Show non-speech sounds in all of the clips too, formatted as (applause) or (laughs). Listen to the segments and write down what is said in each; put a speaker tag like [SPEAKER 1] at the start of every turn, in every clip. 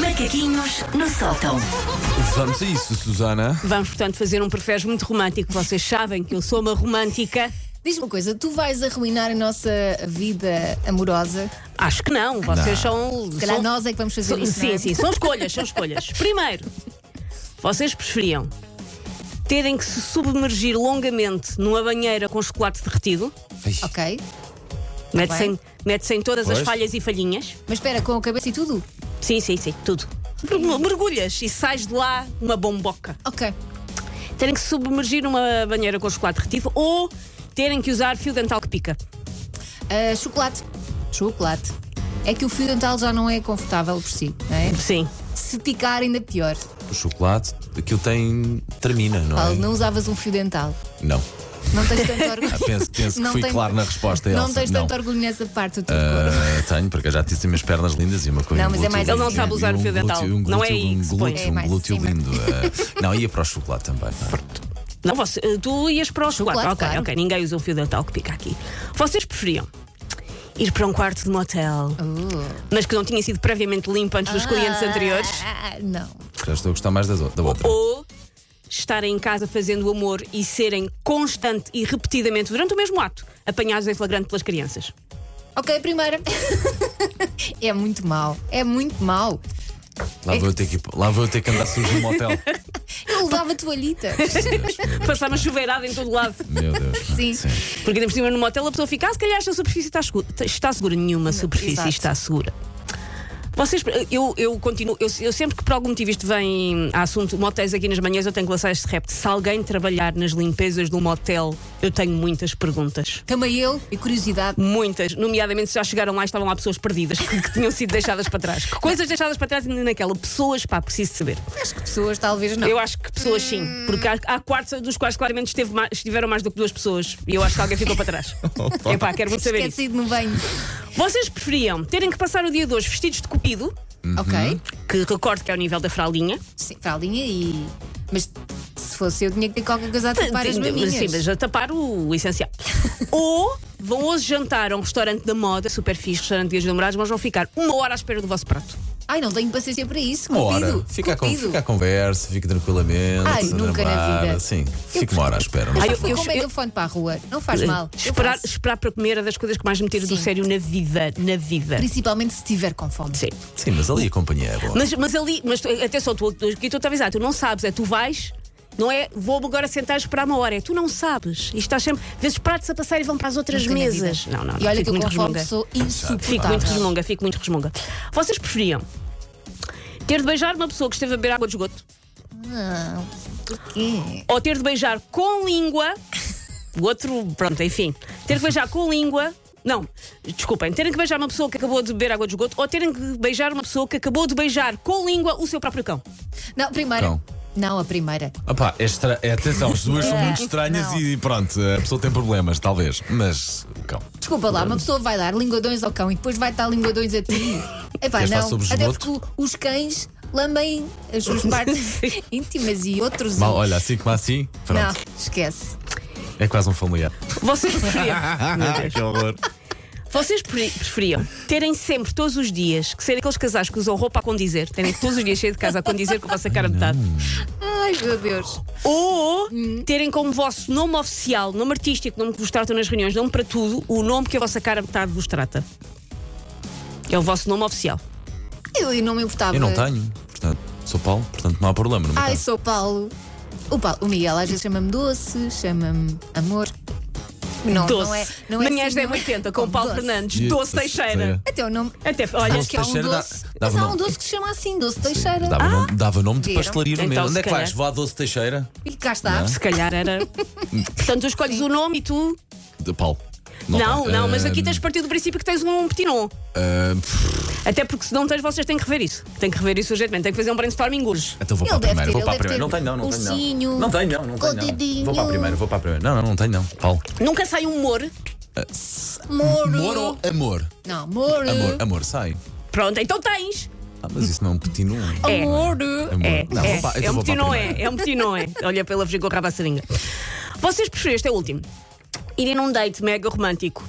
[SPEAKER 1] Macaquinhos no sótão.
[SPEAKER 2] Vamos a isso, Susana.
[SPEAKER 3] Vamos, portanto, fazer um perfejo muito romântico. Vocês sabem que eu sou uma romântica.
[SPEAKER 4] Diz-me uma coisa, tu vais arruinar a nossa vida amorosa?
[SPEAKER 3] Acho que não. Vocês são.
[SPEAKER 4] Se calhar
[SPEAKER 3] são-
[SPEAKER 4] nós é que vamos fazer
[SPEAKER 3] são-
[SPEAKER 4] isso.
[SPEAKER 3] Sim,
[SPEAKER 4] não é?
[SPEAKER 3] sim, são escolhas, são escolhas. Primeiro, vocês preferiam terem que se submergir longamente numa banheira com chocolate derretido,
[SPEAKER 4] Ok.
[SPEAKER 3] mete-se
[SPEAKER 4] Tá bem.
[SPEAKER 3] em, mete-se em todas
[SPEAKER 2] Pois.
[SPEAKER 3] as falhas e falhinhas.
[SPEAKER 4] Mas espera, com a cabeça e tudo?
[SPEAKER 3] Sim, sim, sim, tudo. Mergulhas e sais de lá uma bomboca.
[SPEAKER 4] Ok.
[SPEAKER 3] Terem que se submergir numa banheira com chocolate derretido ou terem que usar fio dental que pica.
[SPEAKER 4] Ah, chocolate. Chocolate. É que o fio dental já não é confortável por si, não é?
[SPEAKER 3] Sim.
[SPEAKER 4] Se picar, ainda pior.
[SPEAKER 2] O chocolate, aquilo tem. termina, não é?
[SPEAKER 4] Paulo, não usavas um fio dental.
[SPEAKER 2] Não.
[SPEAKER 4] Não tens
[SPEAKER 3] (laughs)
[SPEAKER 4] tanto orgulho.
[SPEAKER 2] Penso, penso que
[SPEAKER 4] Não
[SPEAKER 2] fui
[SPEAKER 4] tenho-
[SPEAKER 2] claro na resposta, Elsa.
[SPEAKER 4] Não tens tanto orgulho nessa parte do teu corpo.
[SPEAKER 2] Ah, tenho, porque eu já disse umas pernas lindas e uma coisa.
[SPEAKER 4] Não, mas é mais
[SPEAKER 3] Ele não
[SPEAKER 4] assim.
[SPEAKER 3] sabe usar o fio dental. Não é aí
[SPEAKER 2] Um
[SPEAKER 3] que se põe.
[SPEAKER 2] glúteo,
[SPEAKER 4] É
[SPEAKER 2] um
[SPEAKER 4] mais
[SPEAKER 2] glúteo
[SPEAKER 4] acima.
[SPEAKER 2] lindo.
[SPEAKER 4] (laughs)
[SPEAKER 2] ah, não, ia para o chocolate também. não é?
[SPEAKER 3] Não, você, eh, tu ias para o chocolate.
[SPEAKER 4] Chocolate,
[SPEAKER 3] ok,
[SPEAKER 4] claro.
[SPEAKER 3] ok. Ninguém usa um fio dental que pica aqui. Vocês preferiam ir para um quarto de motel,
[SPEAKER 4] Uh.
[SPEAKER 3] mas que não tinha sido previamente limpo antes dos clientes anteriores?
[SPEAKER 4] Ah, não.
[SPEAKER 2] Já estou a gostar mais das o- da
[SPEAKER 4] Oh,
[SPEAKER 2] outra.
[SPEAKER 3] Ou estarem em casa fazendo o amor e serem constante e repetidamente, durante o mesmo ato, apanhados em flagrante pelas crianças?
[SPEAKER 4] Ok, primeira. (laughs) é muito mau. É muito mau. oh.
[SPEAKER 2] Lá vou eu ter que, ir- lá vou eu ter que andar sujo no
[SPEAKER 4] (laughs)
[SPEAKER 2] motel.
[SPEAKER 4] Eu
[SPEAKER 2] (laughs)
[SPEAKER 4] usava toalhita.
[SPEAKER 3] Passava chuveirada em todo lado.
[SPEAKER 2] Meu Deus. é?
[SPEAKER 4] Sim.
[SPEAKER 3] Porque temos de cima no motel, a pessoa fica, ah, se calhar esta superfície está, escu- está segura. Nenhuma superfície
[SPEAKER 4] exato.
[SPEAKER 3] está segura. Vocês, eu, eu continuo, eu, eu sempre que por algum motivo isto vem a assunto motéis aqui nas manhãs, eu tenho que lançar este repto. Se alguém trabalhar nas limpezas do motel, eu tenho muitas perguntas.
[SPEAKER 4] Também eu e curiosidade.
[SPEAKER 3] Muitas, nomeadamente se já chegaram lá e estavam lá pessoas perdidas que, que tinham sido deixadas para trás. Que coisas deixadas para trás ainda naquela. Pessoas, pá, preciso saber.
[SPEAKER 4] Acho que pessoas talvez não.
[SPEAKER 3] Eu acho que pessoas sim, porque há, há quartos dos quais claramente esteve mais- estiveram mais do que duas pessoas e eu acho que alguém ficou para trás. Epá, quero muito saber isso.
[SPEAKER 4] Esquecido no banho.
[SPEAKER 3] Vocês preferiam terem que passar o dia de hoje vestidos de cupido,
[SPEAKER 2] Uhum.
[SPEAKER 4] Ok.
[SPEAKER 3] que recordo que é o nível da fralhinha.
[SPEAKER 4] Sim, fraldinha e. Mas se fosse eu, tinha que ter qualquer coisa a tapar as maminhas.
[SPEAKER 3] Sim, mas a tapar o, o
[SPEAKER 4] (laughs)
[SPEAKER 3] essencial. Ou vão hoje jantar a um restaurante da moda, super fixe, restaurante de dias de namorados, mas vão ficar uma hora à espera do vosso prato.
[SPEAKER 4] Ai, não tenho paciência para isso.
[SPEAKER 2] Uma
[SPEAKER 4] Cupido.
[SPEAKER 2] hora. Fica a, con-
[SPEAKER 4] Cupido.
[SPEAKER 2] fica a conversa, fica tranquilamente.
[SPEAKER 4] Ai,
[SPEAKER 2] a
[SPEAKER 4] nunca na
[SPEAKER 2] namorar,
[SPEAKER 4] vida.
[SPEAKER 2] Sim. Fico uma hora à espera. não
[SPEAKER 3] Ai,
[SPEAKER 2] se
[SPEAKER 3] eu-
[SPEAKER 4] Fui
[SPEAKER 3] eu-
[SPEAKER 4] com o megafone para a rua. Não faz mal. Eu
[SPEAKER 3] Eh, Esperar,
[SPEAKER 4] faço.
[SPEAKER 3] esperar para comer é das coisas que mais me tiram do
[SPEAKER 4] Sim.
[SPEAKER 3] sério na vida. Na vida.
[SPEAKER 4] Principalmente se estiver com fome.
[SPEAKER 3] Sim.
[SPEAKER 2] Sim, mas ali a companhia é boa.
[SPEAKER 3] Mas, mas ali, mas tu- atenção, tu, tu, aqui tu estás a avisar, tu não sabes, é tu vais, não é vou agora sentar e esperar uma hora, é tu não sabes. E estás sempre, vezes pratos a passar e vão para as outras
[SPEAKER 4] Nunca na vida.
[SPEAKER 3] mesas. Não, não, não.
[SPEAKER 4] E olha
[SPEAKER 3] fico
[SPEAKER 4] que eu
[SPEAKER 3] muito
[SPEAKER 4] com fome
[SPEAKER 3] resmunga.
[SPEAKER 4] sou
[SPEAKER 3] Fico muito
[SPEAKER 4] insuportável.
[SPEAKER 3] resmunga, fico muito resmunga. Vocês preferiam ter de beijar uma pessoa que esteve a beber água de esgoto
[SPEAKER 4] Não. Porquê?
[SPEAKER 3] ou ter de beijar com língua o outro, pronto, enfim, ter de beijar com língua. Não, desculpem, terem que beijar uma pessoa que acabou de beber água de esgoto ou terem que beijar uma pessoa que acabou de beijar com língua o seu próprio cão.
[SPEAKER 4] Não, primeira.
[SPEAKER 2] Cão.
[SPEAKER 4] Não, a primeira.
[SPEAKER 2] Opá, é estra... é, atenção, as duas são
[SPEAKER 4] (laughs) É,
[SPEAKER 2] muito estranhas
[SPEAKER 4] não.
[SPEAKER 2] e pronto, a pessoa tem problemas, talvez, mas o cão.
[SPEAKER 4] Desculpa lá, uma pessoa vai dar linguadões ao cão e depois vai dar linguadões
[SPEAKER 2] (laughs)
[SPEAKER 4] a ti. Epá,
[SPEAKER 2] Queres falar
[SPEAKER 4] não.
[SPEAKER 2] sobre
[SPEAKER 4] Até
[SPEAKER 2] esgoto?
[SPEAKER 4] porque os cães lambem
[SPEAKER 2] (laughs)
[SPEAKER 4] as suas partes íntimas e outros.
[SPEAKER 2] Mal, olha, assim como assim, pronto,
[SPEAKER 4] Não, esquece.
[SPEAKER 2] é quase um familiar.
[SPEAKER 3] Vocês preferiam. (laughs) Meu Deus.
[SPEAKER 2] que horror.
[SPEAKER 3] Vocês pre- preferiam terem sempre, todos os dias, que serem aqueles casais que usam roupa a condizer, terem que todos os dias cheio de casa a condizer com a vossa cara de metade,
[SPEAKER 4] Ai, meu Deus.
[SPEAKER 3] ou
[SPEAKER 4] Hum.
[SPEAKER 3] terem como vosso nome oficial, nome artístico, nome que vos tratam nas reuniões, nome para tudo, o nome que a vossa cara de metade vos trata? É o vosso nome oficial.
[SPEAKER 4] Eu, eu não me importava.
[SPEAKER 2] Eu não tenho, então. portanto, sou Paulo, portanto não há problema. No meu
[SPEAKER 4] Ai,
[SPEAKER 2] caso.
[SPEAKER 4] sou Paulo. O, Paulo, o Miguel às vezes chama-me doce, chama-me amor. Não,
[SPEAKER 3] doce.
[SPEAKER 4] não é. Não é
[SPEAKER 3] Manhãs
[SPEAKER 4] assim, não é-
[SPEAKER 3] 1080 com Paulo
[SPEAKER 4] Doce.
[SPEAKER 3] Fernandes.
[SPEAKER 2] E-
[SPEAKER 3] Doce Teixeira.
[SPEAKER 4] Até o nome.
[SPEAKER 3] Até, olha,
[SPEAKER 2] Doce
[SPEAKER 3] que há um-
[SPEAKER 4] Há um
[SPEAKER 2] Teixeira dá-
[SPEAKER 4] doce.
[SPEAKER 2] dava
[SPEAKER 4] mas há
[SPEAKER 2] nome.
[SPEAKER 4] um doce que se chama assim, doce
[SPEAKER 2] Sim,
[SPEAKER 4] Teixeira. Ah!
[SPEAKER 2] Dava, nome, dava nome de
[SPEAKER 4] viram?
[SPEAKER 2] pastelaria no
[SPEAKER 3] Então,
[SPEAKER 2] meio.
[SPEAKER 3] se
[SPEAKER 2] Onde é que vais?
[SPEAKER 3] calhar.
[SPEAKER 2] Vou à Doce Teixeira?
[SPEAKER 4] E cá está.
[SPEAKER 3] se calhar (laughs) era. Portanto, tu escolhes o nome e tu.
[SPEAKER 2] De Paulo.
[SPEAKER 3] Não,
[SPEAKER 2] tem.
[SPEAKER 3] não, mas
[SPEAKER 2] Ah,
[SPEAKER 3] aqui tens partido do princípio que tens um petinon.
[SPEAKER 2] ah, pff,
[SPEAKER 3] Até porque se não tens, vocês têm que rever isso. Têm que rever isso urgentemente. Têm que fazer um brainstorming hoje.
[SPEAKER 2] então vou para
[SPEAKER 4] Ele
[SPEAKER 2] a
[SPEAKER 4] deve
[SPEAKER 2] primeira.
[SPEAKER 4] ter,
[SPEAKER 2] Vou
[SPEAKER 4] ele
[SPEAKER 2] para a
[SPEAKER 4] deve
[SPEAKER 2] primeira. Não
[SPEAKER 4] ter
[SPEAKER 2] tenho, não, não tenho.
[SPEAKER 4] ursinho,
[SPEAKER 2] Não Não tenho, não, não tenho. Não.
[SPEAKER 4] coldidinho.
[SPEAKER 2] Vou para a primeira, vou para a primeira. Não, não, não tenho, não. Paulo.
[SPEAKER 3] Nunca sai um humor.
[SPEAKER 4] Moro.
[SPEAKER 2] Amor ou amor?
[SPEAKER 4] Não, moro.
[SPEAKER 2] é? Amor, amor, sai.
[SPEAKER 3] Pronto, então tens.
[SPEAKER 2] Ah, mas isso não é um petino.
[SPEAKER 3] É.
[SPEAKER 4] Moro.
[SPEAKER 2] Amor.
[SPEAKER 3] É,
[SPEAKER 2] Não,
[SPEAKER 3] é,
[SPEAKER 2] vou para-
[SPEAKER 3] é
[SPEAKER 2] então
[SPEAKER 3] um
[SPEAKER 2] vou para a
[SPEAKER 3] petit não é.
[SPEAKER 2] primeira.
[SPEAKER 3] É um petit não é.
[SPEAKER 2] (laughs)
[SPEAKER 3] Olha pela virgem com o rabo à seringa. Vocês preferem, este é o último. Irem num date mega romântico.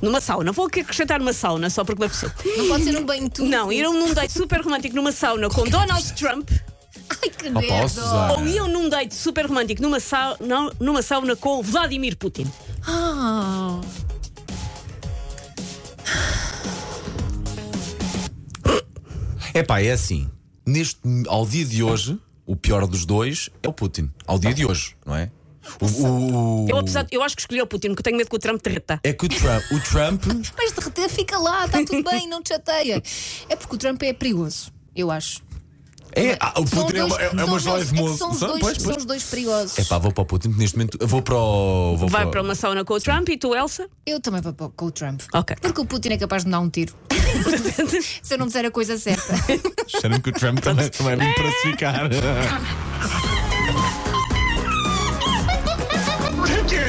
[SPEAKER 3] Numa sauna. Vou aqui acrescentar uma sauna só porque me apeteceu.
[SPEAKER 4] Não pode ser um banho tudo.
[SPEAKER 3] Não, ir a um date super romântico numa sauna com Donald Trump
[SPEAKER 4] Ai, que
[SPEAKER 2] Oh,
[SPEAKER 4] merda.
[SPEAKER 2] posso usar?
[SPEAKER 3] ou iam num date super romântico numa sauna, não, numa sauna com Vladimir Putin.
[SPEAKER 4] Ah.
[SPEAKER 2] É pá, é assim. Neste, ao dia de hoje, o pior dos dois é o Putin. Ao dia de hoje, não é? O, o- o-
[SPEAKER 3] Eu, apesar, de- eu acho que escolhi o Putin, porque tenho medo que o Trump derreta.
[SPEAKER 2] É que o Trump, o Trump
[SPEAKER 4] Mas de repente fica lá, está tudo bem, não te chateia. É porque o Trump é perigoso, eu acho.
[SPEAKER 2] é, ah, o
[SPEAKER 4] São
[SPEAKER 2] Putin é
[SPEAKER 4] dois-
[SPEAKER 2] uma, é,
[SPEAKER 4] são
[SPEAKER 2] uma
[SPEAKER 4] os
[SPEAKER 2] joia
[SPEAKER 4] dois-
[SPEAKER 2] de
[SPEAKER 4] é que
[SPEAKER 2] moço.
[SPEAKER 4] São os
[SPEAKER 2] São-
[SPEAKER 4] dois,
[SPEAKER 2] pois,
[SPEAKER 4] são
[SPEAKER 2] pois.
[SPEAKER 4] os dois perigosos.
[SPEAKER 2] É pá, vou para o Putin, neste momento. eu Vou para o. Vou
[SPEAKER 3] Vai para uma sauna com o Trump e tu, Elsa?
[SPEAKER 4] Eu também vou para- com o Trump.
[SPEAKER 3] Ok.
[SPEAKER 4] Porque o Putin é capaz de me dar um tiro. (laughs) Se eu não disser a coisa certa.
[SPEAKER 2] Acharam que o Trump também, também vem para se ficar.
[SPEAKER 5] Take your